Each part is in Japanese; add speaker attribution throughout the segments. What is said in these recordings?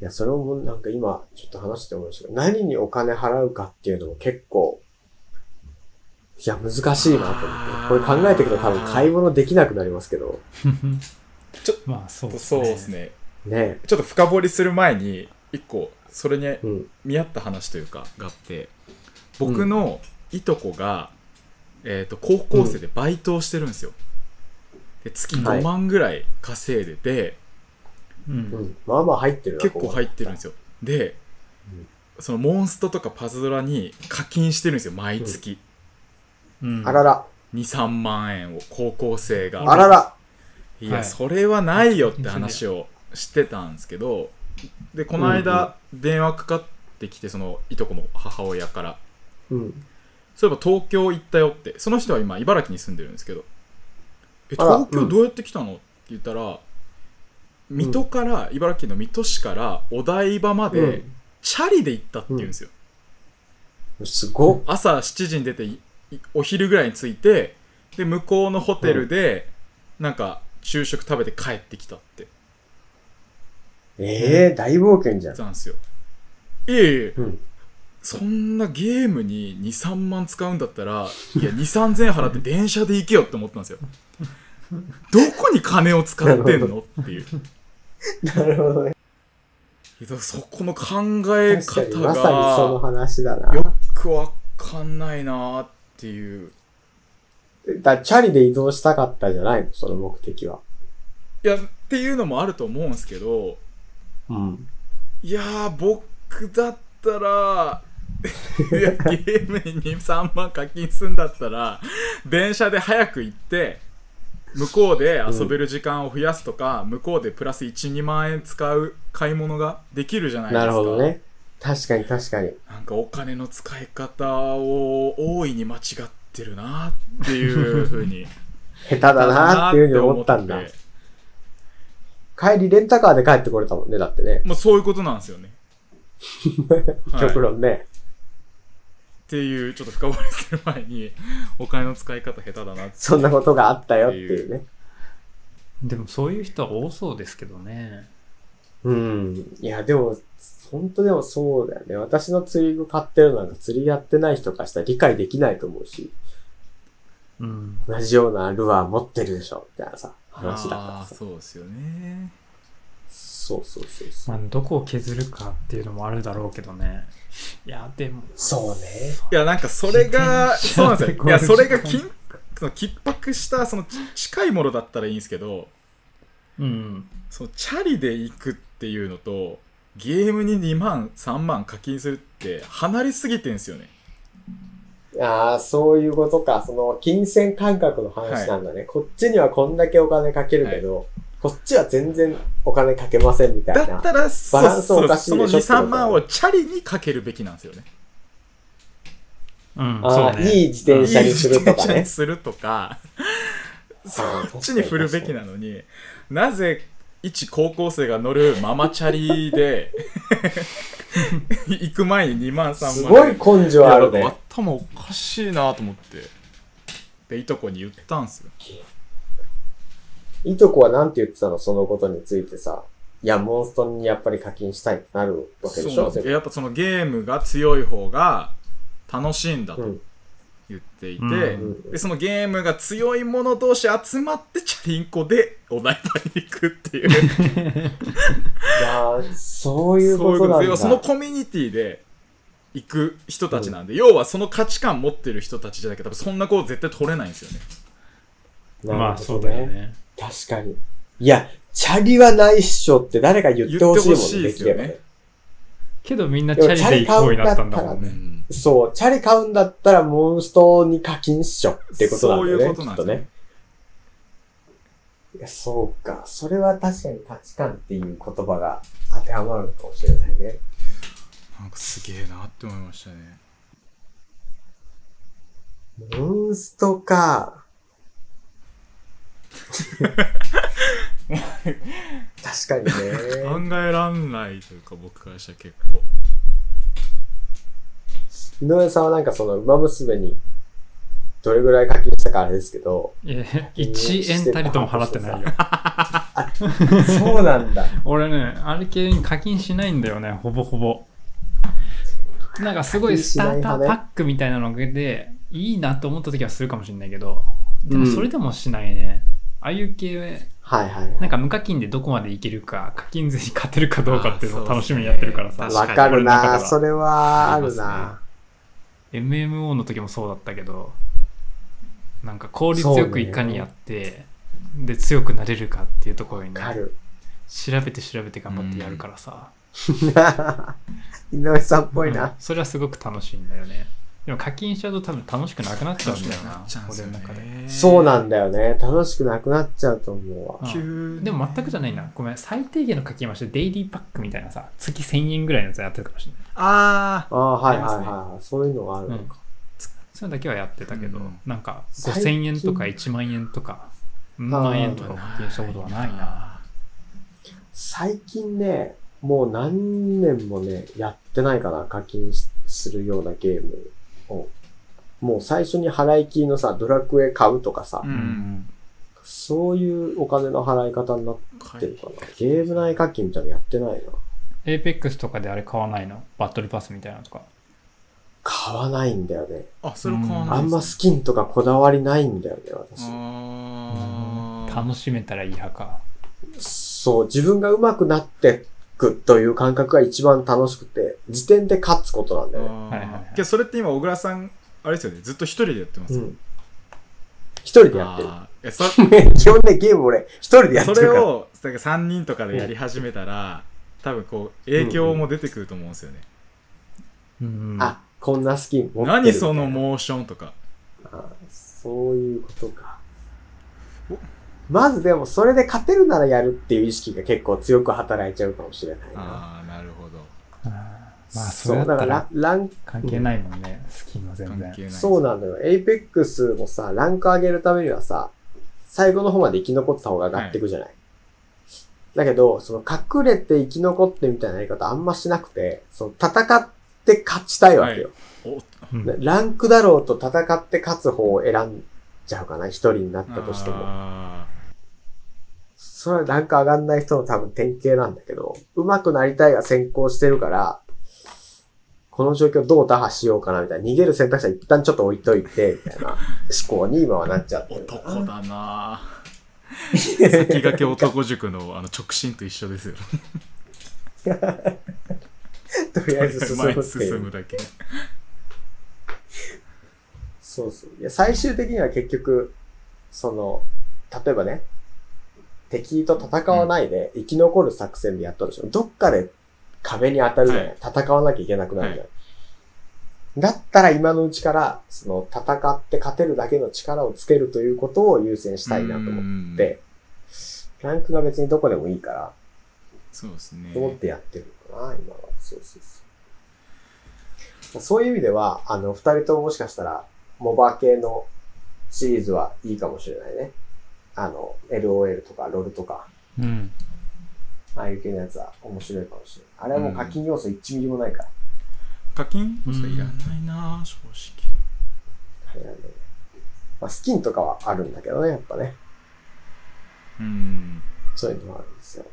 Speaker 1: いや、それをもうなんか今、ちょっと話して思いましたけど、何にお金払うかっていうのも結構、いや、難しいなと思って。これ考えていくと多分買い物できなくなりますけど、
Speaker 2: まあそうです
Speaker 3: そ
Speaker 2: ね。
Speaker 3: うですね。
Speaker 1: ね
Speaker 3: ちょっと深掘りする前に、一個、それに
Speaker 1: え。うん。
Speaker 3: 見合った話というか、があって、僕のいとこが、えっと、高校生でバイトをしてるんですよ。で月
Speaker 2: うん
Speaker 1: はい
Speaker 3: 5万ぐらい稼いでて、
Speaker 2: う。
Speaker 1: うんん。まあまあ入ってるな
Speaker 3: 結構入ってるんです
Speaker 1: よ。
Speaker 3: よ。で
Speaker 1: うん、
Speaker 3: そのモンストとかパズドラに課金してるんですよ、毎月。
Speaker 2: うん。
Speaker 1: あらら、
Speaker 3: 2、3万円を高校生が。
Speaker 1: あらら。
Speaker 3: いや、
Speaker 2: はい
Speaker 3: それはないよって話をしてたんですけどでこの間電話かかってきてそのいとこの母親から
Speaker 1: うん。
Speaker 3: そういえば東京行ったよってその人は今茨城に住んでるんですけど「え
Speaker 1: あら
Speaker 3: 東京どうやって来たの?」って言ったら水戸から茨城の水戸市からお台場ま
Speaker 1: う
Speaker 3: で
Speaker 1: ん
Speaker 3: チャリで行ったっていうんですよ、
Speaker 1: すごっ。
Speaker 3: 朝7時に出ていいお昼ぐらいに着いてで向こうのホテルでなんか昼食食べて帰ってきたって
Speaker 1: ええ大冒険じゃん。
Speaker 3: なんですよいえいえ
Speaker 1: うん。
Speaker 3: そんなゲームに23万使うんだったらいや23000円払って電車で行けよって思ったんですよどこに金を使ってんのっていう
Speaker 1: なるほどね。
Speaker 3: いやそこの考え
Speaker 1: 確か
Speaker 3: 方
Speaker 1: に、まさにその
Speaker 3: が
Speaker 1: 話だな。
Speaker 3: よくわかんないなーっていう
Speaker 1: だチャリで移動したかったじゃないの、その目的は。
Speaker 3: いやっていうのもあると思うんですけど
Speaker 1: うん。
Speaker 3: いやー僕だったら いやゲームに23万課金するんだったら電車で早く行って向こうで遊べる時間を増やすとか、向こうでプラス12万円使う買い物ができるじゃないです
Speaker 1: な
Speaker 3: か
Speaker 1: るほどね。確かに確かに。
Speaker 3: なんかお金の使い方を大いに間違ってるなっていうふうに
Speaker 1: 下手 だなっていうふうに思ったんだ
Speaker 3: な。って
Speaker 1: 帰りレンタカーで帰ってこれたもんね、だってね。
Speaker 3: もうそういうことなんです よね、はい
Speaker 1: 極論ね。
Speaker 3: っていうちょっと深掘りする前にお金の使い方下手だなって
Speaker 1: そんなことがあったよっていうね。
Speaker 2: でもそういう人は多そうですけどね。
Speaker 1: うん。いや、でも、本当でもそうだよね。私の釣り具買ってるのなんか釣りやってない人からしたら理解できないと思うし、
Speaker 2: うん。
Speaker 1: 同じようなルアー持ってるでしょ、みたいなさ、話だから
Speaker 3: あー
Speaker 1: さ。
Speaker 3: そうですよね
Speaker 1: そうそうそうそう。
Speaker 2: まあ、どこを削るかっていうのもあるだろうけどね。いや、でも、
Speaker 1: そうね。
Speaker 3: いやなんかそれが
Speaker 2: 自転車
Speaker 3: そうなんです
Speaker 2: で
Speaker 3: よ
Speaker 2: こう
Speaker 3: いやそれが
Speaker 2: 時間
Speaker 3: 緊その緊迫したそのち近いものだったらいいんですけど
Speaker 2: うん。
Speaker 3: そのチャリで行くっていうのとゲームに2万3万課金するって離れすぎてんですよね
Speaker 1: ああ、そういうことか。その、金銭感覚の話なんだね。こっちにはこんだけお金かけるけど、こっちは全然お金かけませんみたい
Speaker 3: だ
Speaker 1: な。
Speaker 3: ったらそ
Speaker 1: バランスお
Speaker 3: そ
Speaker 1: か
Speaker 3: う
Speaker 1: しい
Speaker 3: その
Speaker 1: でしょってこと
Speaker 3: 23万をチャリにかけるべきなんですよね
Speaker 2: うん、
Speaker 1: あ
Speaker 2: そう
Speaker 1: あ、
Speaker 2: ね。
Speaker 1: いい自転車にすると
Speaker 3: いい自
Speaker 1: か
Speaker 3: 転車
Speaker 1: ね
Speaker 3: に。するとかそ
Speaker 1: あー
Speaker 3: っちに振るべきなのになぜ一高校生が乗るママチャリで 行く前に2万3万
Speaker 1: すごい根性ある
Speaker 3: いやな
Speaker 1: ね
Speaker 3: んか。頭おかしいなと思ってでいとこに言ったんすよ
Speaker 1: いとこはなんて言ってたのそのことについてさ。いや、モンストにやっぱり課金したいってなるわけでしょ
Speaker 3: そ
Speaker 1: 全
Speaker 3: う
Speaker 1: 部
Speaker 3: やっぱそのゲームが強い方が楽しいんだ
Speaker 1: う
Speaker 3: と
Speaker 1: ん。
Speaker 3: 言っていて、
Speaker 2: うん
Speaker 1: うん
Speaker 3: でそのゲームが強い者同士集まってチャリンコでお台場に行くっていう
Speaker 1: いやーそういうことなん
Speaker 3: そういうことです要
Speaker 1: だ。
Speaker 3: はそのコミュニティで行く人たちなんで、要はその価値観持ってる人たちじゃなきゃ多分そんな子絶対取れないんですよね
Speaker 1: なるほどね
Speaker 2: まあ、そうだよ。ね。
Speaker 1: 確かに。いや、チャリはないっしょって誰か言ってほしいも
Speaker 3: 言ってほし
Speaker 1: ん
Speaker 3: い
Speaker 1: ね、
Speaker 3: で
Speaker 1: ですきれ
Speaker 3: よね
Speaker 1: ばね。
Speaker 2: けどみんなチャリで行こうになったんだもん
Speaker 1: う
Speaker 2: ね。
Speaker 1: そう、チャリ買うんだったらモンストに課金っしょってことなんだよね。
Speaker 3: そういうことなんですね
Speaker 1: きっとねいやそうか。それは確かに価値観っていう言葉が当てはまるのかもしれないね。
Speaker 3: なんかすげえなって思いましたね
Speaker 1: モンストか。確か
Speaker 3: 考
Speaker 1: にね。
Speaker 3: えらんないというか僕からしたら結構
Speaker 1: 井上さんはなんかその馬娘にどれぐらい課金したかあれですけど、
Speaker 2: いや、1円たりとも払ってないよ。
Speaker 1: あ、そうなんだ。
Speaker 2: 俺ね、あれ系に課金しないんだよね、ほぼほぼ。なんかすごいスターターパックみたいなので、いいなと思った時はするかもしれないけど、でもそれでもしないね。ああいう系、
Speaker 1: はいはい。
Speaker 2: なんか無課金でどこまでいけるか、課金税に勝てるかどうかっていうのを楽しみにやってるからさ
Speaker 3: あ。
Speaker 1: わかる
Speaker 2: 確か
Speaker 1: な
Speaker 2: に
Speaker 1: それはあるな、
Speaker 2: MMO の時もそうだったけど、なんか効率よくいかにやって、で強くなれるかっていうところにね
Speaker 1: わかる。
Speaker 2: 調べて調べて頑張ってやるからさ。
Speaker 1: 井上さんっぽいな。
Speaker 2: うんそれはすごく楽しいんだよねでも課金しちゃうと多分楽しくなくなっちゃうんだよな俺の中で
Speaker 1: そうなんんだよね。楽しくなくなっちゃうと思うわ。
Speaker 3: 急
Speaker 2: でも全くじゃないなごめん最低限の課金はしてデイリーパックみたいなさ月1000円ぐらいのやつやってるかもしれない
Speaker 3: あ
Speaker 1: あ
Speaker 3: あ
Speaker 1: あ、はいはい
Speaker 3: あり
Speaker 1: はい。そういうのがあるのか。
Speaker 2: そういうのだけはやってたけど、
Speaker 3: うん
Speaker 2: なんか
Speaker 1: 最
Speaker 2: 5000
Speaker 1: 近
Speaker 2: 円とか1万円とか4万円とか課金したことはないな
Speaker 1: 最近ね、もう何年もね、やってないかな。課金しするようなゲームを。もう最初に払い金のさ、ドラクエ買うとかさ、
Speaker 3: う
Speaker 2: うん
Speaker 1: そういうお金の払い方になってるかな。ゲーム内課金みたいなのやってないな。
Speaker 2: エーペックスとかであれ買わないのバトルパスみたいなのとか
Speaker 1: 買わないんだよね。
Speaker 3: あそれ買わない
Speaker 1: あんまスキンとかこだわりないんだよね、私。
Speaker 3: あー
Speaker 2: 楽しめたらいい派か
Speaker 1: そう、自分が上手くなってくという感覚が一番楽しくて、時点で勝つことなんだよね。
Speaker 3: あー
Speaker 2: はいはいはい
Speaker 3: けどそれって今小倉さんあれですよねずっと一人でやってます
Speaker 1: う
Speaker 3: よ、
Speaker 1: ん。一人で やってる。
Speaker 3: あーいやそ
Speaker 1: 基本ね、ゲーム俺、一人でやって
Speaker 3: そ
Speaker 1: る
Speaker 3: れ
Speaker 1: から。
Speaker 3: をなんか3人とかでやり始めたら多分こう影響も出てくると思うんですよね、
Speaker 2: うん
Speaker 1: あ、こんなスキン持ってる。
Speaker 3: 何そのモーションとか
Speaker 1: あそういうことか
Speaker 3: お。
Speaker 1: まずでも、それで勝てるならやるっていう意識が結構強く働いちゃうかもしれないな。
Speaker 3: ああなるほど
Speaker 2: うんまあそれだ
Speaker 1: だ
Speaker 2: った
Speaker 1: かららラン
Speaker 2: 関係ないもんね、スキンは全
Speaker 3: 関
Speaker 2: 然
Speaker 3: 係ない
Speaker 1: そうなんだよ。エイペックスもさ、ランク上げるためにはさ、最後の方まで生き残ってた方が上がっていくじゃない。だけど、その隠れて生き残ってみたいな言い方あんましなくて、その戦って勝ちたいわけよ。
Speaker 3: お
Speaker 2: うん
Speaker 1: でランクだろうと戦って勝つ方を選んじゃうかな、一人になったとしても。
Speaker 3: あ
Speaker 1: それはランク上がんない人の多分典型なんだけど、上手くなりたいが先行してるから、この状況どう打破しようかなみたいな、逃げる選択肢は一旦ちょっと置いといて、みたいな思考に今はなっちゃっ
Speaker 3: ー
Speaker 1: てる。
Speaker 3: 男だなぁ先駆け男塾のあの直進と一 緒ですよ
Speaker 1: とりあえず進む
Speaker 3: 前
Speaker 1: って
Speaker 3: に
Speaker 1: い
Speaker 3: 進む
Speaker 1: う。
Speaker 3: だけ
Speaker 1: そうそう。いや、最終的には結局、その、例えばね、敵と戦わないで生き残る作戦でやったとしょ。どっかで壁に当たるじゃない、
Speaker 3: は
Speaker 1: 戦わなきゃいけなくなるじゃん。だったら今のうちから、その、戦って勝てるだけの力をつけるということを優先したいなと思
Speaker 3: 思
Speaker 1: って、ランクが別にどこでもいいから、
Speaker 3: そうですね
Speaker 1: と思ってやってるのかな、今は。そうそうそう。そういう意味では、あの、二人とももしかしたら、モバ系のシリーズはいいかもしれないね。あの、LOL とか LOL とか、
Speaker 2: うん、
Speaker 1: ああいう系のやつは面白いかもしれない。あれはもう課金要素1ミリもないから。
Speaker 3: 課金
Speaker 2: うん
Speaker 3: そういらないなぁ正
Speaker 1: あれはね。まあ、スキンとかはあるんだけどね、やっぱね。
Speaker 3: 直うん
Speaker 1: そういうのもあるんですよ。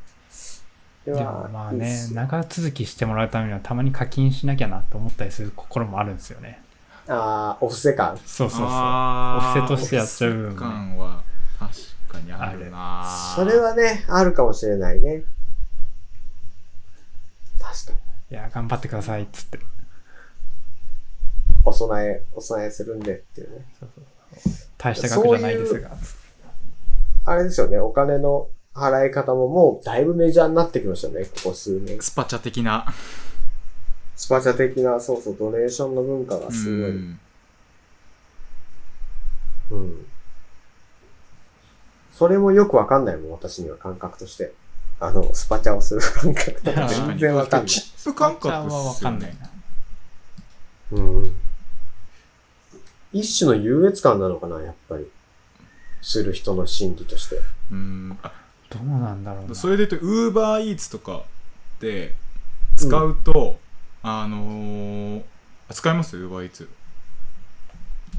Speaker 1: で
Speaker 2: で
Speaker 1: は
Speaker 2: も、まあ
Speaker 1: いいっ
Speaker 2: ね
Speaker 1: す
Speaker 2: 長続きしてもらうためにはたまに課金しなきゃなと思ったりする心もあるんですよね
Speaker 1: あー、オフセ感。
Speaker 2: そうそうそうあ
Speaker 3: あー
Speaker 2: お布施としてやっちゃう部分
Speaker 3: お布
Speaker 2: もね
Speaker 3: 施感は確かにあるなぁ
Speaker 1: それはね、あるかもしれないね。確かに。
Speaker 2: いや頑張ってくださいっつって
Speaker 1: お供え、お供えするんでっていうね。
Speaker 2: 大した額じゃないですが
Speaker 1: あれですよね、お金の払い方ももうだいぶメジャーになってきましたね、ここ数年。
Speaker 3: スパチャ的な
Speaker 1: スパチャ的な、そうそう、ドネーションの文化がすごい。
Speaker 3: う
Speaker 1: うん。
Speaker 3: ん
Speaker 1: それもよくわかんないもん、私には感覚として。あの、スパチャをする感覚 とか
Speaker 2: いや
Speaker 1: 全然わかんない。
Speaker 3: チップ感覚っ
Speaker 2: はわ
Speaker 3: す
Speaker 2: か
Speaker 3: よ
Speaker 2: んない
Speaker 3: ね
Speaker 2: な
Speaker 1: うん。一種の優越感なのかな、やっぱり。する人の心理として。
Speaker 3: うんあ
Speaker 2: どうなんだろうな
Speaker 3: それで言うとウーバーイーツとかで使うと、あのーあ使いますウーバーイーツ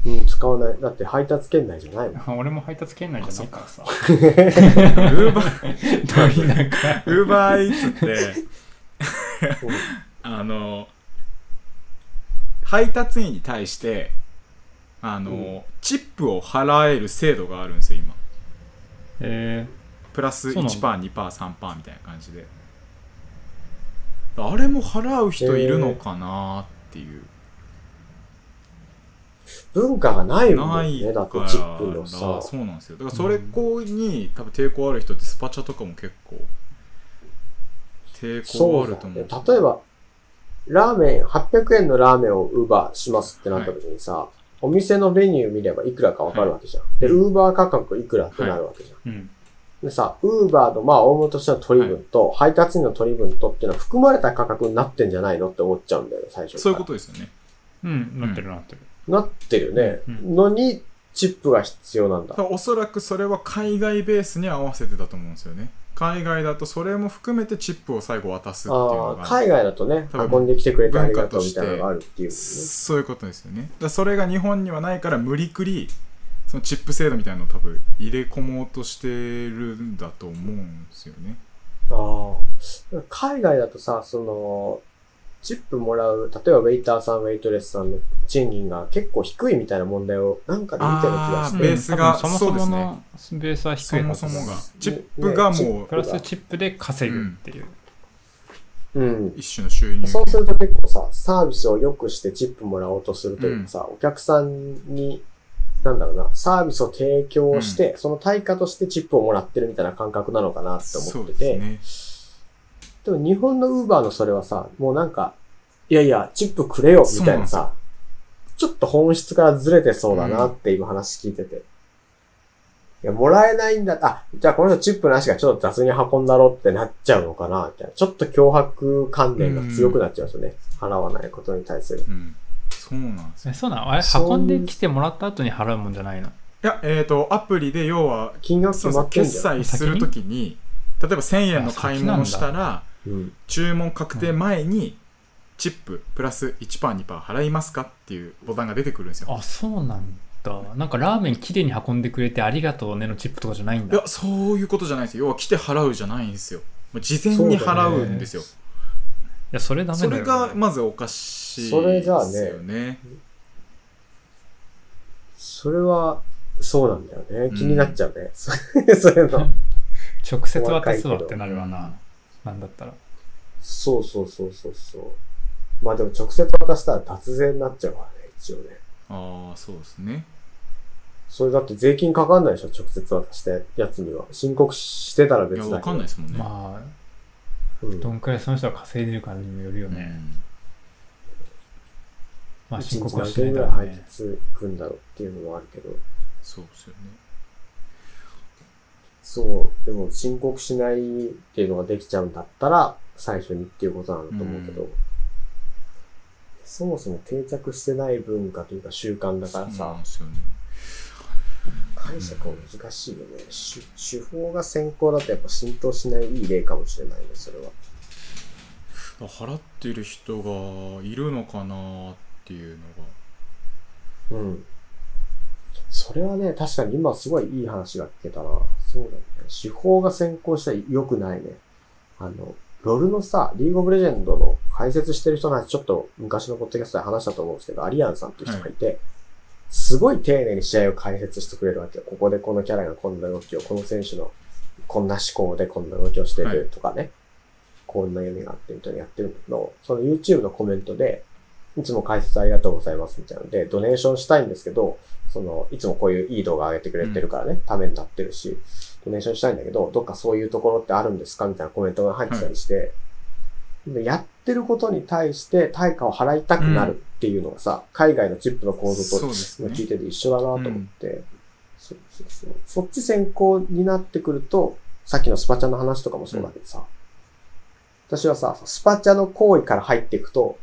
Speaker 1: うん、使わない。だって配達圏内じゃないもん。
Speaker 2: 俺も配達圏内じゃないからさ。
Speaker 3: ウーバー、
Speaker 2: どいなか。
Speaker 3: ウーバーイーツ って、あの、配達員に対して、あの、
Speaker 1: うん
Speaker 3: チップを払える制度があるんですよ、今。
Speaker 2: え
Speaker 3: プラス
Speaker 2: そうなん
Speaker 3: 1%、
Speaker 2: だ
Speaker 3: 2%、3%みたいな感じで。あれも払う人いるのかなっていう。
Speaker 1: 文化がないも
Speaker 3: なんい
Speaker 1: ね。だって
Speaker 3: から
Speaker 1: チップのさ
Speaker 3: な、そうなんですよだからそれこに多分抵抗ある人ってスパチャとかも結構抵抗
Speaker 1: そ
Speaker 3: あ
Speaker 1: う
Speaker 3: る
Speaker 1: だ
Speaker 3: と
Speaker 1: よ
Speaker 3: 思う
Speaker 1: ね。例えば、ラーメン、800円のラーメンをウーバーしますってなった時にさ、お店のメニュー見ればいくらかわかるわけじゃん。で、ウーバー価格いくらってなるわけじゃん。
Speaker 2: うん。
Speaker 1: でさ、ウーバーのまあ、大元としての取り分と、配達員の取り分とっていうのは含まれた価格になってんじゃないのって思っちゃうんだよね、最初から。
Speaker 3: そういうことですよね
Speaker 2: うん、なってるなってる。
Speaker 1: なってるね。
Speaker 2: うん
Speaker 1: のに、チップが必要なんだ
Speaker 3: だか。らおそらくそれは海外ベースに合わせてだと思うんですよね海外だとそれも含めてチップを最後渡すっていう
Speaker 1: あ
Speaker 3: の
Speaker 1: あ、
Speaker 3: が
Speaker 1: 海外だとね、
Speaker 3: 多分
Speaker 1: 運んできてくれてありがとうみたいなのがあるっていう、ね。
Speaker 3: そういうことですよねだからそれが日本にはないから無理くりそのチップ制度みたいなのを多分入れ込もうとしてるんだと思うんですよね
Speaker 1: ああ。海外だとさ、その、チップもらう、例えばウェイターさん、ウェイトレスさんの賃金が結構低いみたいな問題をなんかで見てる気がして。
Speaker 3: あーベースが
Speaker 2: 多分そもそも
Speaker 3: そ
Speaker 2: のベースは低いはず
Speaker 3: そもそもが
Speaker 1: ね
Speaker 3: チップがもう
Speaker 1: ね
Speaker 2: プラスチップで稼ぐっていう。
Speaker 1: うん。
Speaker 3: 一種の収入
Speaker 1: そうすると結構さ、サービスを良くしてチップもらおうとするというかさ、お客さんに、なんだろうな、サービスを提供して、その対価としてチップをもらってるみたいな感覚なのかなって思ってて、
Speaker 3: そうで
Speaker 1: でも日本のウーバーのそれはさ、もうなんか、いやいや、チップくれよ、みたいな
Speaker 3: そうな
Speaker 1: さ、ちょっと本質からずれてそうだなって今話聞いてて。いや、もらえないんだ、あ、じゃあこの人チップなしがちょっと雑に運んだろってなっちゃうのかな、みたいな。ちょっと脅迫観念が強くなっちゃうんですよね。払わないことに対する。
Speaker 3: すねうんそうなんですよ
Speaker 2: えそうなのあれ、
Speaker 1: そう
Speaker 2: 運んできてもらった後に払うもんじゃないの。
Speaker 3: いやえっ、とアプリで要は
Speaker 1: 金額決
Speaker 3: そう
Speaker 1: ま
Speaker 3: そう
Speaker 1: ってん
Speaker 3: 決
Speaker 1: じゃん。
Speaker 3: 済するときに例えば1000円の買い物したら
Speaker 1: うん。
Speaker 3: 注文確定前にチッププラス 1%2% 払いますかっていうボタンが出てくるんですよ
Speaker 2: あ、そうなんだ。なんかラーメンきれいに運んでくれてありがとうねのチップとかじゃないん
Speaker 3: い
Speaker 2: だ
Speaker 3: や。そういうことじゃないですよ要は来て払うじゃないんですよもう事前に払うんですよ
Speaker 2: いや、それダメだ
Speaker 3: そ
Speaker 2: よね、
Speaker 3: れがまずおかしい
Speaker 1: それじゃあね
Speaker 3: ですよね
Speaker 1: それは、そうなんだよね。
Speaker 3: うん
Speaker 1: 気になっちゃうね。 そういうの。
Speaker 2: 直接渡すわってなるわ
Speaker 3: う。
Speaker 2: なんなんだったら。
Speaker 1: そうそうそうそうそう。まあでも直接渡したら脱税になっちゃうからね、一応ね。
Speaker 3: ああそうですね
Speaker 1: それだって税金かかんないでしょ、直接渡したやつには。申告してたら
Speaker 3: いや
Speaker 1: 別だ
Speaker 3: わ
Speaker 1: け
Speaker 3: か
Speaker 1: ど。
Speaker 3: んないですもんね、
Speaker 2: まあ、
Speaker 1: うん
Speaker 2: どんくらいその人が稼いでるかにもよるよね。まあ、
Speaker 1: 一日
Speaker 2: 申告は
Speaker 1: 何
Speaker 2: して
Speaker 1: 件
Speaker 2: ない
Speaker 1: ぐ
Speaker 2: だ
Speaker 1: らい
Speaker 2: ろう
Speaker 1: 配
Speaker 2: ね。
Speaker 1: 達行くんだろうっていうのもあるけど。
Speaker 3: そうですよね
Speaker 1: そう。でも申告しないっていうのができちゃうんだったら、最初にっていうことなんだと思うけど。
Speaker 3: うん
Speaker 1: そもそも定着してない文化というか習慣だから
Speaker 3: そう
Speaker 1: さ
Speaker 3: なん、ですよね
Speaker 1: 解釈は難しいよね。し手法が先行だとやっぱ浸透しないいい例かもしれないね、それは。
Speaker 3: 払ってる人がいるのかなっていうのが
Speaker 1: うん。それはね、確かに今すごいいい話が聞けたな。そうだよね。手法が先行したら良くないね。あの、ロルのさ、リーグオブレジェンドの解説してる人の話、ちょっと昔のポッドキャストで話したと思うんですけど、アリアンさんっていう人がいて、すごい丁寧に試合を解説してくれるわけよ。ここでこのキャラがこんな動きを、この選手のこんな思考でこんな動きをしてるとかね。こんな夢があってみたいなのやってるんだけど、その YouTube のコメントで、いつも解説ありがとうございますみたいなので、ドネーションしたいんですけど、その、いつもこういういい動画上げてくれてるからね、ためになってるし、ドネーションしたいんだけど、どっかそういうところってあるんですかみたいなコメントが入ってたりして、でやってることに対して対価を払いたくなるっていうのがさ、海外のチップの構造
Speaker 3: そう
Speaker 1: と
Speaker 3: です
Speaker 1: 今
Speaker 3: ね
Speaker 1: 聞いてて一緒だなと思って、そうそうそうそっち先行になってくると、さっきのスパチャの話とかもそうだけどさ、私はさ、スパチャの行為から入っていくと、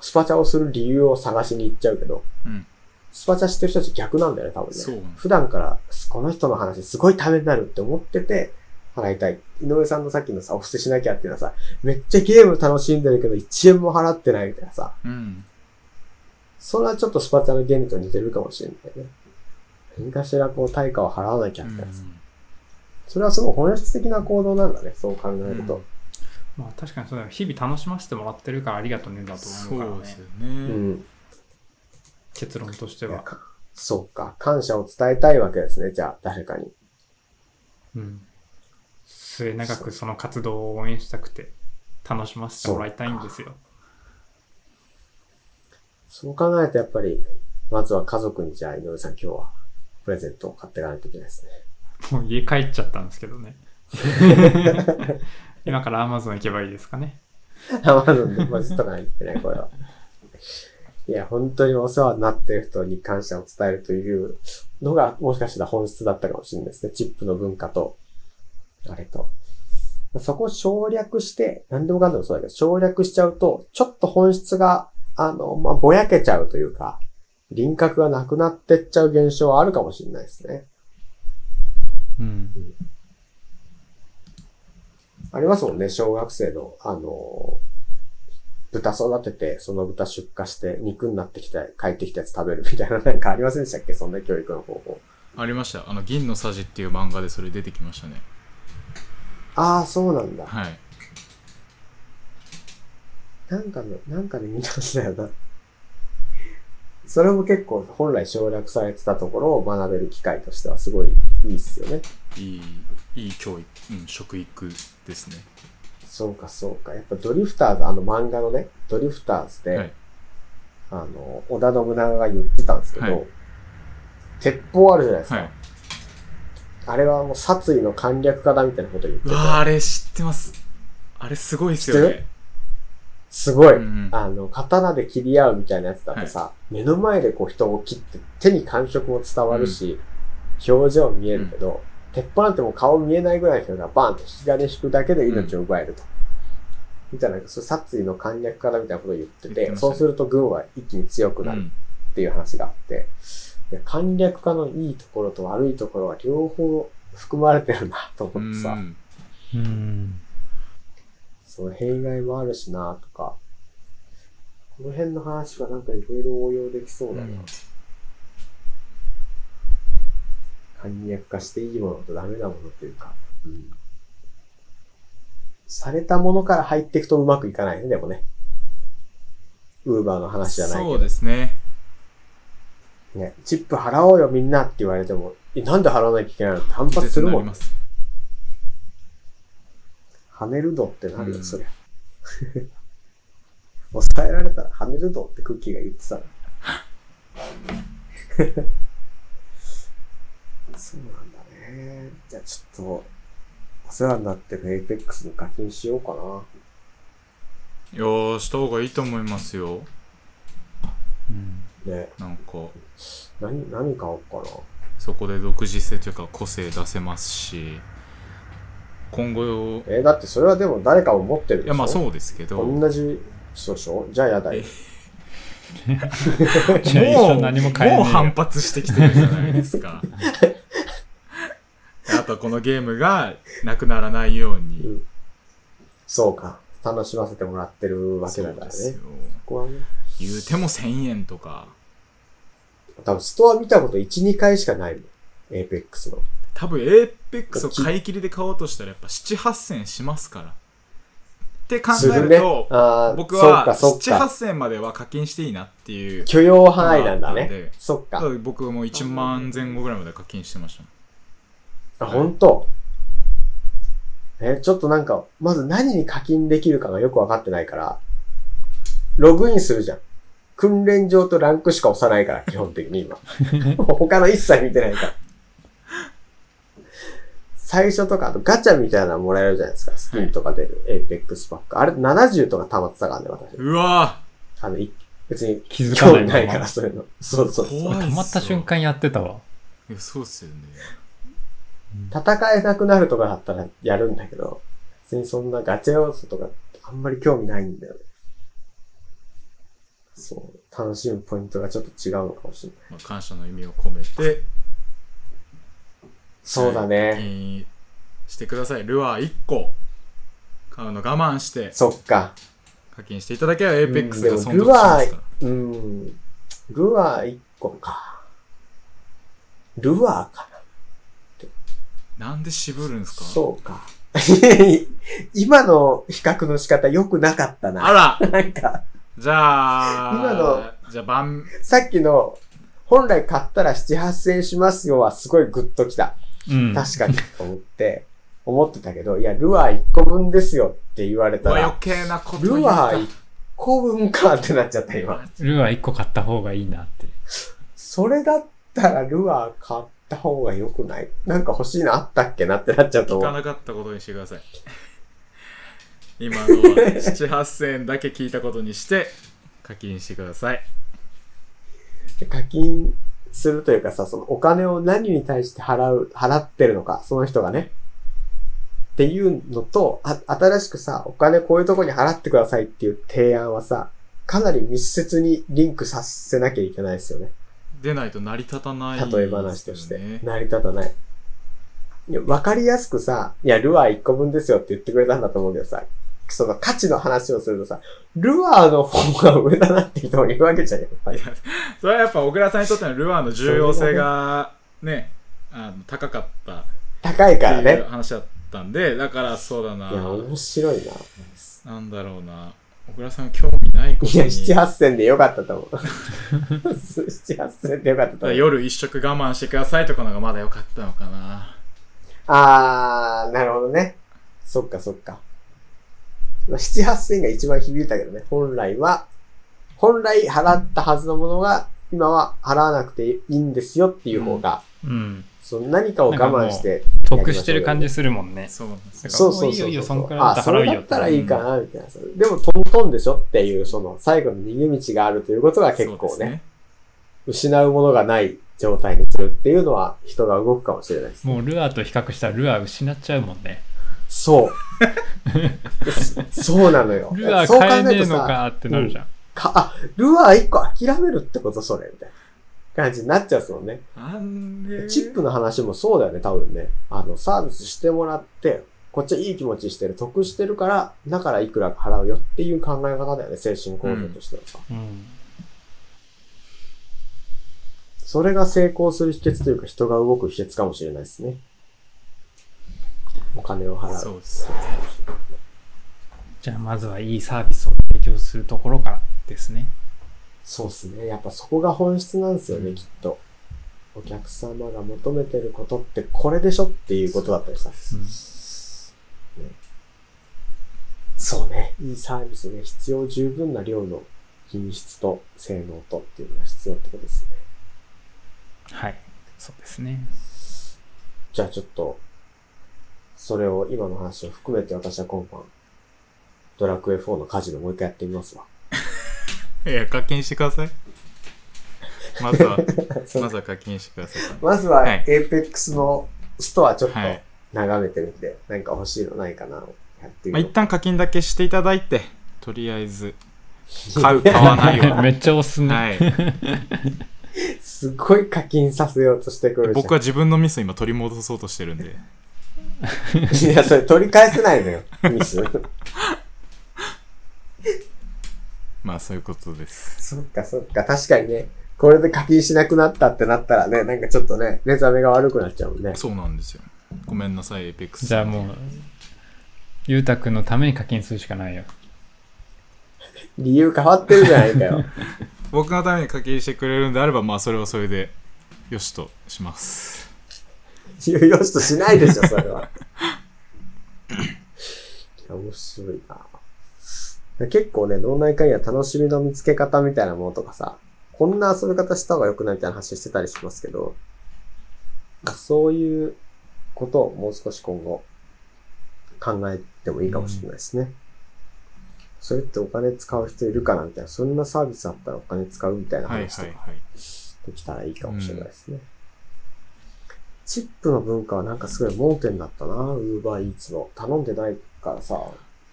Speaker 1: スパチャをする理由を探しに行っちゃうけど、
Speaker 3: うん
Speaker 1: スパチャしてる人たち逆なんだよね、多分ね。
Speaker 3: そうなんです
Speaker 1: 普段から、この人の話すごいためになるって思ってて、払いたい。井上さんのさっきのさ、お布施しなきゃっていうのはさ、めっちゃゲーム楽しんでるけど1円も払ってないみたいなさ、
Speaker 3: うん
Speaker 1: それはちょっとスパチャの原理と似てるかもしれないね。何かしらこう対価を払わなきゃ
Speaker 3: う
Speaker 1: みたいなさ。
Speaker 3: ん
Speaker 1: それはすごい本質的な行動なんだね、そう考えると。
Speaker 2: まあ確かにそうだよ。日々楽しませてもらってるからありがとうねだと
Speaker 3: そ
Speaker 2: 思うから
Speaker 3: う
Speaker 2: ね。
Speaker 3: ですよ
Speaker 1: う
Speaker 3: ね。
Speaker 1: ん。
Speaker 2: 結論として
Speaker 1: いや
Speaker 2: は。
Speaker 1: かそうか。感謝を伝えたいわけですね、じゃあ、誰かに。
Speaker 2: うん。末永くその活動を応援したくて、楽しませてもらいたいんですよ。
Speaker 1: そう考えると、やっぱり、まずは家族に、じゃあ、井上さん今日は、プレゼントを買っていかないといけないですね。
Speaker 2: もう家帰っちゃったんですけど ね。今から Amazon 行けばいいですかね。
Speaker 1: アマゾンでマジとか言ってない、これは。いや、本当にお世話になっている人に感謝を伝えるというのが、もしかしたら本質だったかもしれないですね。チップの文化と、あれと。そこを省略して、何でもかんでもそうだけど、省略しちゃうと、ちょっと本質が、あの、まあ、ぼやけちゃうというか、輪郭がなくなってっちゃう現象はあるかもしれないですね。
Speaker 2: うん。
Speaker 1: ありますもんね、小学生の、あの、豚育てて、その豚出荷して、肉になってきた、帰ってきたやつ食べるみたいな、なんかありませんでしたっけそんな教育の方法。
Speaker 3: ありました。あの、銀のさじっていう漫画でそれ出てきましたね。
Speaker 1: ああ、そうなんだ。
Speaker 3: はい。
Speaker 1: なんかの、なんかで見ましたよな。それも結構本来省略されてたところを学べる機会としてはすごいいいっすよね。
Speaker 3: いい、いい教育、うん、食育ですね。
Speaker 1: そうかそうか。やっぱドリフターズ、あの漫画のね、ドリフターズで、
Speaker 3: はい
Speaker 1: あの、織田信長が言ってたんですけど、
Speaker 3: はい
Speaker 1: 鉄砲あるじゃないですか。
Speaker 3: はい。
Speaker 1: あれはもう殺意の簡略化だみたいなこと言って
Speaker 3: う
Speaker 1: て
Speaker 3: わ、ーあれ知ってます。あれすごいですよ
Speaker 1: 知って
Speaker 3: ね。
Speaker 1: すごい、
Speaker 3: うん
Speaker 1: あの、刀で切り合うみたいなやつだとさ、目の前でこう人を切って手に感触も伝わるし、表情見えるけど、鉄板なんてもう顔見えないぐらいの人がバーンと引き金引くだけで命を奪えると。みたいな、そう殺意の簡略化だみたいなことを言って
Speaker 3: 言って
Speaker 1: て、
Speaker 3: ました
Speaker 1: そ
Speaker 3: ね
Speaker 1: うすると軍は一気に強く
Speaker 3: う
Speaker 1: なる
Speaker 3: ん。
Speaker 1: っていう話があって、いや簡略化のいいところと悪いところは両方含まれてるなと
Speaker 3: う
Speaker 1: 思ってさ、
Speaker 3: ん。
Speaker 2: うん。
Speaker 1: その弊害もあるしなとか、この辺の話はなんかいろいろ応用できそうだな。
Speaker 3: うん
Speaker 1: 簡略化していいものとダメなものというか、うん。されたものから入っていくとうまくいかないね、でもね。ウーバーの話じゃない
Speaker 3: そ
Speaker 1: け
Speaker 3: うですね。
Speaker 1: ど、ね、チップ払おうよみんなって言われても、え、なんで払わなきゃいけないのって反発す
Speaker 3: 絶対
Speaker 1: る
Speaker 3: な
Speaker 1: も
Speaker 3: り
Speaker 1: ん
Speaker 3: ま。す。
Speaker 1: 跳ねるどってなるよ、
Speaker 3: うん
Speaker 1: そりゃ。 抑えられたら跳ねるどってクッキーが言ってたの。 そうなんだね。じゃあちょっと、お世話になってる APEX に課金しようかな。
Speaker 3: よー、した方がいいと思いますよ。
Speaker 2: うん
Speaker 1: ね、
Speaker 3: なんか、
Speaker 1: 何、何買おうかな。
Speaker 3: そこで独自性というか個性出せますし、今後、
Speaker 1: えーだってそれはでも誰かを持ってるでしょ
Speaker 3: いや、まあそうですけど、
Speaker 1: 同じ、そうでしょじゃあやだよ。
Speaker 2: じゃあ一緒に何も変えねえ
Speaker 3: も
Speaker 2: よ
Speaker 3: う反発してきてるじゃないですか あとこのゲームがなくならないよう
Speaker 1: う
Speaker 3: に
Speaker 1: んそうか。楽しませてもらってるわけだからね。
Speaker 3: そうです
Speaker 1: そ
Speaker 3: よ
Speaker 1: こはね。
Speaker 3: 言うても1000円とか
Speaker 1: 多分ストア見たこと1、2回しかないもん。エーペックスの。
Speaker 3: 多分 APEX を買い切りで買おうとしたらやっぱ78000しますからって考えると
Speaker 1: あー
Speaker 3: 僕
Speaker 1: そっ
Speaker 3: は
Speaker 1: かそっか。
Speaker 3: 78000までは課金していいなっていう
Speaker 1: 許容範囲なんだ
Speaker 3: まあな
Speaker 1: ね
Speaker 3: んで。
Speaker 1: そっ
Speaker 3: だ
Speaker 1: か
Speaker 3: か。ら僕はもう1万前後ぐらいまで課金してました
Speaker 1: あ、本当え、ちょっとなんか、まず何に課金できるかがよくわかってないから、ログインするじゃん。訓練場とランクしか押さないから、基本的に今。 他の一切見てないから。最初とか、あとガチャみたいなのもらえるじゃないですか。スキンとか出る、エイペックスパック。あれ70とか溜まってたからね、私。
Speaker 3: うわ
Speaker 1: あの、い別に
Speaker 2: 気づ
Speaker 1: 興
Speaker 2: かな
Speaker 1: 味
Speaker 2: い
Speaker 1: ない
Speaker 2: ま
Speaker 1: か
Speaker 2: ま
Speaker 1: ら、そういうの。そうそうそう。
Speaker 3: 怖いっすよ
Speaker 2: 止まった瞬間やってたわ。
Speaker 3: ーいやそうっすよね
Speaker 1: 戦えなくなるとかだったらやるんだけど、別にそんなガチャ要素とかあんまり興味ないんだよね。そう。楽しむポイントがちょっと違うのかもしれない。
Speaker 3: まあ感謝の意味を込めて
Speaker 1: そうだ
Speaker 3: 課
Speaker 1: ね。
Speaker 3: 金してください。ルアー1個買うの我慢して
Speaker 1: そっか。
Speaker 3: 課金していただければ
Speaker 1: うん
Speaker 3: APEX が存
Speaker 1: でも
Speaker 3: 続し
Speaker 1: ル
Speaker 3: ま
Speaker 1: ア
Speaker 3: すから
Speaker 1: ー、うん。ルアー1個か。ルアーか
Speaker 3: なんで渋るんす
Speaker 1: な。
Speaker 3: か
Speaker 1: そうか。 今の比較の仕方良くなかったな。
Speaker 3: あら
Speaker 1: なんか、
Speaker 3: じゃあ、
Speaker 1: 今の
Speaker 3: じゃあ、晩、
Speaker 1: さっきの、本来買ったら7、8000円しますよはすごいグッときた。
Speaker 2: うん。
Speaker 1: 確かに、と思って、思ってたけど、いや、ルアー1個分ですよって言われ
Speaker 3: う
Speaker 1: た
Speaker 3: わ余
Speaker 1: ら、
Speaker 3: 計なこと言う
Speaker 1: ル
Speaker 3: た
Speaker 1: アー1個分かってなっちゃった、今。
Speaker 2: ルアー1個買った方がいいなって。
Speaker 1: それだったらルアー買った方が良くないなんか欲しいのあったっけなってなっちゃうと
Speaker 3: 聞
Speaker 1: 思
Speaker 3: か
Speaker 1: う。
Speaker 3: なかったことにしてください。今のは7、8000円だけ聞いたことにして、課金してください。
Speaker 1: 課金するというかさ、そのお金を何に対して払う、払ってるのか、その人がね。っていうのと、あ、新しくさ、お金こういうとこに払ってくださいっていう提案はさ、かなり密接にリンクさせなきゃいけないですよね。
Speaker 3: でないと成り立たない、
Speaker 1: 例え話として。
Speaker 3: ね
Speaker 1: 成り立たない。いやわかりやすくさ、いや、ルアー1個分ですよって言ってくれたんだと思うけどさ、その価値の話をするとさ、ルアーの方が上だなって人もいるわけじゃん、やっぱり。
Speaker 3: それはやっぱ小倉さんにとってのルアーの重要性がね、あの高かったっ
Speaker 1: 高いから
Speaker 3: ていう
Speaker 1: ね。。
Speaker 3: 話だったんで、だからそうだない
Speaker 1: や、面白いな。
Speaker 3: なんだろうな。小倉さん興味ないこと
Speaker 1: いや、
Speaker 3: に
Speaker 1: 7、。8000でよかったと思う。7、8000でよかったと思う。
Speaker 3: 夜一食我慢してくださいとかのがまだ良かったのかな。
Speaker 1: あー、なるほどね。そっかそっか。まあ7、8000が一番響いたけどね、本来は。本来払ったはずのものが、今は払わなくていいんですよっていう方が、
Speaker 2: うん。
Speaker 1: その何かを我慢して、
Speaker 2: 得してる感じするもんね。
Speaker 3: そうなんですよ。
Speaker 2: なんか
Speaker 1: そうそうそ
Speaker 2: も
Speaker 1: う
Speaker 2: いいよいいよ、
Speaker 1: う
Speaker 2: そ
Speaker 1: そ
Speaker 2: ん
Speaker 1: う。
Speaker 2: くらいだっ
Speaker 1: あ、
Speaker 2: た
Speaker 1: そ
Speaker 2: ら払
Speaker 1: れ
Speaker 2: う
Speaker 1: だ
Speaker 2: よ
Speaker 1: っ
Speaker 2: って
Speaker 1: たらいいか。な、みたいな。それでもトントンでしょっていう、その最後の逃げ道があるということが結構
Speaker 3: そうです
Speaker 1: ね、。失うものがない状態にするっていうのは人が動くかもしれないです。
Speaker 2: もうルアーと比較したらルアー失っちゃうもんね。
Speaker 1: そう。そそうなのよ。
Speaker 2: ルアー
Speaker 1: そう
Speaker 2: 買え
Speaker 1: 考
Speaker 2: ね
Speaker 1: る
Speaker 2: え
Speaker 1: と
Speaker 2: の
Speaker 1: さ、
Speaker 2: かってなるじゃん。
Speaker 1: か、あ、ルアー一個諦めるってことそれみたいな感じになっちゃうんですもんね。
Speaker 3: なんで
Speaker 1: チップの話もそうだよね、多分ね。あの、サービスしてもらって、こっちはいい気持ちしてる、得してるから、だからいくら払うよっていう考え方だよね、精神構造としてはさ。
Speaker 2: うん。
Speaker 1: それが成功する秘訣というか、人が動く秘訣かもしれないですね。お金を払う。
Speaker 3: そうです。
Speaker 2: じゃあまずはいいサービスを提供するところからですね。
Speaker 1: そうですね。やっぱそこが本質なんですよね、
Speaker 3: うん
Speaker 1: きっと。お客様が求めてることってこれでしょっていうことだったりさ。
Speaker 2: うん
Speaker 1: そうね。いいサービスね。必要十分な量の品質と性能とっていうのが必要ってことですね。
Speaker 2: はい。そうですね。
Speaker 1: じゃあちょっと、それを今の話を含めて私は今晩、ドラクエ4のカジノもう一回やってみますわ。
Speaker 3: いや、課金してください。まずは、
Speaker 1: そう
Speaker 3: まずは課金してください。
Speaker 1: まずは
Speaker 3: はい、
Speaker 1: エーペックスのストアちょっと
Speaker 3: はい
Speaker 1: 眺めてみて、なんか欲しいのないかなをやって
Speaker 3: ま
Speaker 1: みよ
Speaker 3: あ、一
Speaker 1: う。
Speaker 3: 旦課金だけしていただいて、とりあえず、 買う、買わないを。
Speaker 2: めっちゃおすすめ。
Speaker 3: はい。
Speaker 1: すごい課金させようとしてくるじゃん
Speaker 3: 僕は自分のミスを今取り戻そうとしてる んで。
Speaker 1: いや、それ取り返せないのよ、ミ ス。
Speaker 3: まあ、そういうことです。
Speaker 1: そっかそっか、確かにね、これで課金しなくなったってなったらね、なんかちょっとね、目覚めが悪くなっちゃうもんね。
Speaker 3: そうなんですよ。ごめんなさい、エイペックス。
Speaker 2: じゃあもう、ゆうたくんのために課金するしかないよ。
Speaker 1: 理由変わってるじゃないかよ。
Speaker 3: 僕のために課金してくれるんであれば、まあ、それはそれで、よしとします。
Speaker 1: よよしとしないでしょ、それは。いや、面白いな。結構ね、脳内会議は楽しみの見つけ方みたいなものとかさ、こんな遊び方した方が良くないみたいな話してたりしますけど、そういうことをもう少し今後考えてもいいかもしれないですね。それってお金使う人いるかなみたいな、そんなサービスあったらお金使うみたいな
Speaker 3: はい
Speaker 1: 話と
Speaker 3: は
Speaker 1: か
Speaker 3: いはい。
Speaker 1: できたらいいかもしれないですね。チップの文化はなんかすごい盲点だったな、ウーバーイーツの。頼んでないからさ、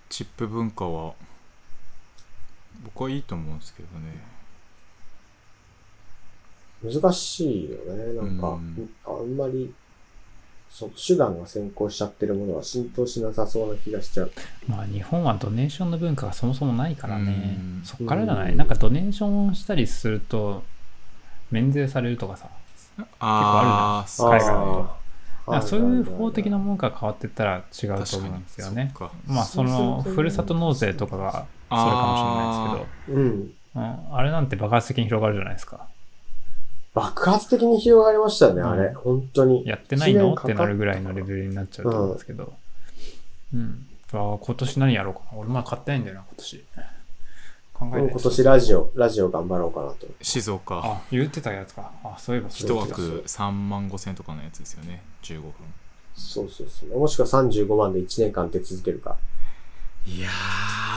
Speaker 3: チップ文化は、僕はいいと思うんですけどね。
Speaker 1: 難しいよね。なんか、
Speaker 3: うん
Speaker 1: あんまり、そう、手段が先行しちゃってるものは浸透しなさそうな気がしちゃう。
Speaker 2: まあ日本はドネーションの文化がそもそもないからね
Speaker 3: うん。
Speaker 2: そっからじゃな
Speaker 1: う
Speaker 2: い
Speaker 1: ん
Speaker 2: なんかドネーションしたりすると、免税されるとかさ、
Speaker 3: ああ、
Speaker 2: 結構あるじゃないですか海外だと
Speaker 3: あ
Speaker 2: だからそういう法的なものが変わってったら違うと思うんですよね。
Speaker 3: 確かにそっか
Speaker 2: まあそのふるさと納税とかがそれかもしれないです
Speaker 1: うん。
Speaker 2: けど、うんあれなんて爆発的に広がるじゃないですか。
Speaker 1: 爆発的に広がりましたね、
Speaker 2: うん
Speaker 1: あれ。本当に。
Speaker 2: やってないの
Speaker 1: 一年か
Speaker 2: っ
Speaker 1: か
Speaker 2: て
Speaker 1: った
Speaker 2: なるぐらいのレベルになっちゃうと思うんですけど、うん。ああ、今年何やろうかな。俺まだ買ってないんだよな、今年。考えて
Speaker 1: 今年ラジオ、ラジオ頑張ろうかなと。
Speaker 3: 静岡
Speaker 2: あ、言ってたやつか。あ、そういえばそう
Speaker 3: 一
Speaker 2: だ
Speaker 1: 人
Speaker 3: 枠3万5千とかのやつですよね15分
Speaker 1: そうそうそう。もしくは35万で1年間出続けるか。
Speaker 3: いや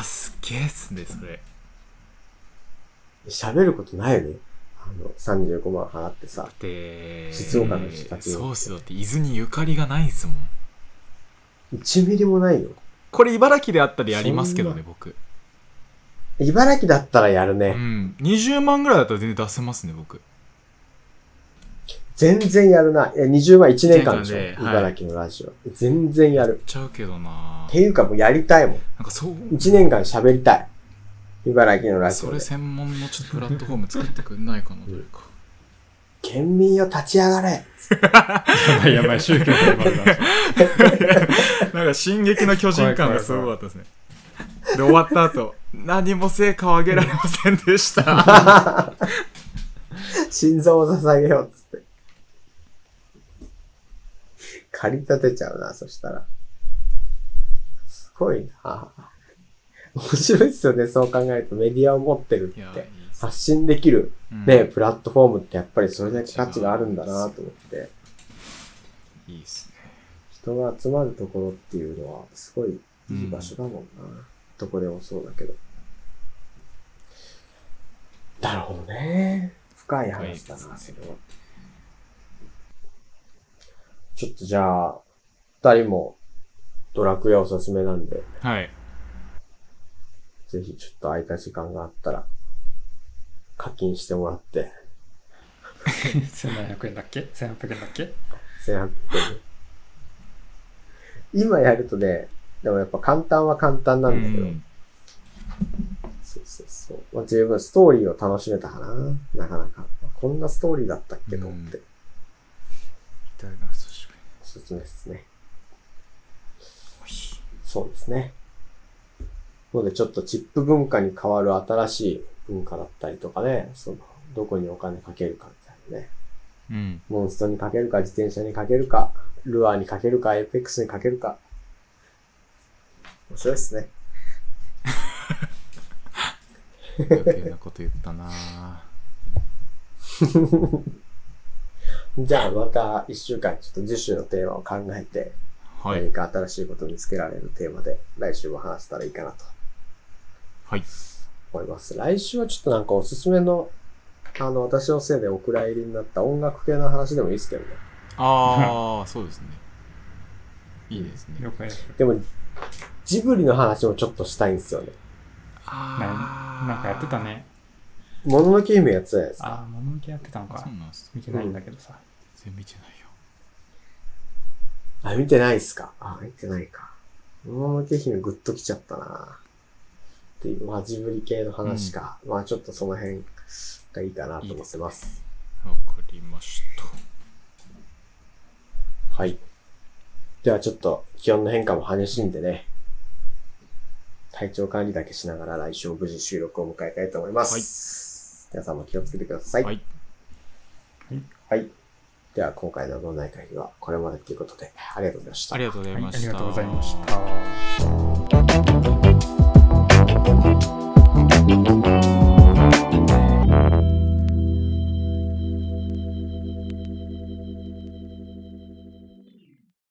Speaker 3: ーすげえっすねそれ
Speaker 1: 喋ることないよね。あの、35万払ってさ
Speaker 3: だっ。て
Speaker 1: 静岡の人たち
Speaker 3: そうっすよだって伊豆にゆかりがないんすもん
Speaker 1: 1ミリもないよ。
Speaker 3: これ茨城であったらやりますけどね僕
Speaker 1: 茨城だったらやる
Speaker 3: う
Speaker 1: ね。
Speaker 3: ん20万ぐらいだったら全然出せますね僕
Speaker 1: 全然やるな。いや、20万1年間でしょ。
Speaker 3: 一年間ではい
Speaker 1: 茨城のラジオ。全然やる。
Speaker 3: ちゃうけどな
Speaker 1: っていうかもうやりたいもん。
Speaker 3: なんかそう
Speaker 1: 1年間喋りたい。茨城のラジ
Speaker 3: そ
Speaker 1: オで
Speaker 3: れ。専門のちょっとプラットフォーム作ってくんないかなというか
Speaker 1: 県民よ立ち上がれ。
Speaker 2: やばいや ばい、宗教のレベルだ。
Speaker 3: なんか「進撃の巨人」感がすごかったですね。で終わった後何も成果を上げられません でした。
Speaker 1: 心臓を捧げようっつって。借り立てちゃうな、そしたら。すごいな。面白いっすよね、そう考えると。メディアを持ってる
Speaker 3: いや
Speaker 1: っ
Speaker 3: いい
Speaker 1: て。
Speaker 3: っす
Speaker 1: 発信できる、
Speaker 3: うん
Speaker 1: ね、プラットフォームってやっぱりそれだけ価値があるんだなと思って。
Speaker 3: いいっすね。
Speaker 1: 人が集まるところっていうのは、すごいいい場所だもんな。どこでもそうだけど。なるほどね。深い話だ
Speaker 3: 深い
Speaker 1: な、
Speaker 3: です
Speaker 1: そ
Speaker 3: ね
Speaker 1: れは。ちょっとじゃあ、二人もドラクエおすすめなんで、
Speaker 3: はい。
Speaker 1: ぜひちょっと空いた時間があったら、課金してもらって、
Speaker 2: 1700円だっけ ?1800 円だっけ
Speaker 1: 1800円で。 今やるとね、でもやっぱ簡単は簡単なんだけど、
Speaker 3: うん
Speaker 1: そうそうそう。まあ、十分ストーリーを楽しめたかな。なかなか。こんなストーリーだったっけと思って、
Speaker 3: うんいただきます久しぶり
Speaker 1: おすすめですね。
Speaker 3: おい
Speaker 1: そうですね。ので、ちょっとチップ文化に変わる新しい文化だったりとかね、その、どこにお金かけるかみたいなね。
Speaker 3: うん。
Speaker 1: モンストにかけるか、自転車にかけるか、ルアーにかけるか、エイペックスにかけるか。面白いですね。
Speaker 3: 余計なこと言ったな
Speaker 1: じゃあ、また一週間、ちょっと次週のテーマを考えて、
Speaker 3: はい
Speaker 1: 何。か新しいことを見つけられるテーマで、来週も話せたらいいかなと
Speaker 3: はい。
Speaker 1: 思います。来週はちょっとなんかおすすめの、あの、私のせいでお蔵入りになった音楽系の話でもいいですけどね。
Speaker 3: ああ、そうですね。いいですね。
Speaker 2: 了解です。
Speaker 1: でも、ジブリの話もちょっとしたいんですよね。
Speaker 3: あ
Speaker 2: な
Speaker 3: あ。
Speaker 2: んかやってた。ね。
Speaker 1: もののけ姫やってたじゃないです
Speaker 2: あ
Speaker 1: か。
Speaker 2: あ、物向けやってたのか
Speaker 3: そう。なんですよ。
Speaker 2: 見てないんだけどさ。
Speaker 3: 全然見てないよ。
Speaker 1: あ、見てないっすかあ、見てないか。もののけ姫グッときちゃったなっていう、まあジブリ系の話か。まあちょっとその辺がいいかなと思ってます。
Speaker 3: わかりました。
Speaker 1: はい。ではちょっと気温の変化も激しいんでね。体調管理だけしながら来週も無事収録を迎えたいと思います。皆さんも気をつけてください。
Speaker 3: は
Speaker 1: はい。
Speaker 3: い。
Speaker 1: では今回の脳内会議はこれまでということで、ありがとうございました
Speaker 3: あ。りがとうございま
Speaker 2: はい、あ
Speaker 3: した。
Speaker 2: りがとうございました。